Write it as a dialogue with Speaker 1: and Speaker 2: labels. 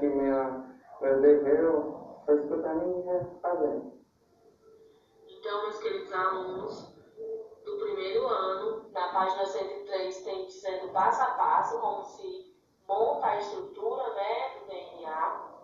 Speaker 1: que minha, meu dever eu foi escutar minha fazendo.
Speaker 2: Então, meus queridos alunos do primeiro ano, na página 103 tem dizendo passo a passo como se monta a estrutura né, do DNA.